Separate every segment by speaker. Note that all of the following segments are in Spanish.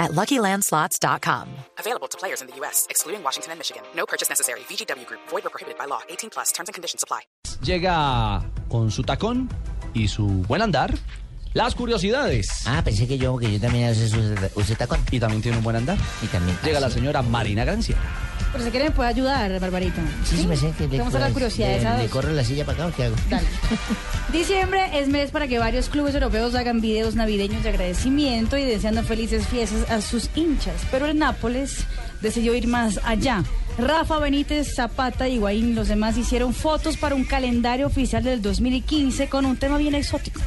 Speaker 1: at luckylandslots.com.
Speaker 2: Available to players in the U.S., excluding Washington and Michigan. No purchase necessary. VGW Group, void or prohibited by law. 18 plus terms and conditions apply.
Speaker 3: llega con su tacón y su buen andar, las curiosidades.
Speaker 4: Ah, pensé que yo, que yo también a veces usé, usé tacón.
Speaker 3: Y también tiene un buen andar.
Speaker 4: Y también.
Speaker 3: Llega
Speaker 4: ah,
Speaker 3: la
Speaker 4: sí.
Speaker 3: señora Marina Grancia.
Speaker 5: Pero si quiere me puede ayudar, Barbarita.
Speaker 4: Sí, sí, me sé que le,
Speaker 5: Vamos a las
Speaker 4: le- le-
Speaker 5: curiosidades, ¿sabes?
Speaker 4: le corro la silla para acá o qué hago.
Speaker 5: Dale. Diciembre es mes para que varios clubes europeos hagan videos navideños de agradecimiento y deseando felices fiestas a sus hinchas. Pero el Nápoles decidió ir más allá. Rafa Benítez, Zapata, Higuaín y los demás hicieron fotos para un calendario oficial del 2015 con un tema bien exótico.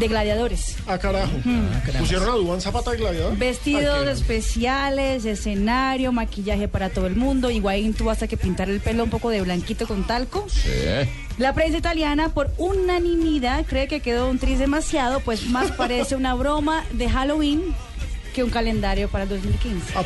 Speaker 5: De gladiadores.
Speaker 6: Ah, carajo. Pusieron a Dubán Zapata de gladiador.
Speaker 5: Vestidos
Speaker 6: Ay, qué-
Speaker 5: especiales, escenario, maquillaje para todo el mundo. Higuaín tuvo hasta que pintar el pelo un poco de blanquito con talco. La prensa italiana, por unanimidad, cree que quedó un tris demasiado, pues más parece una broma de Halloween que un calendario para el 2015.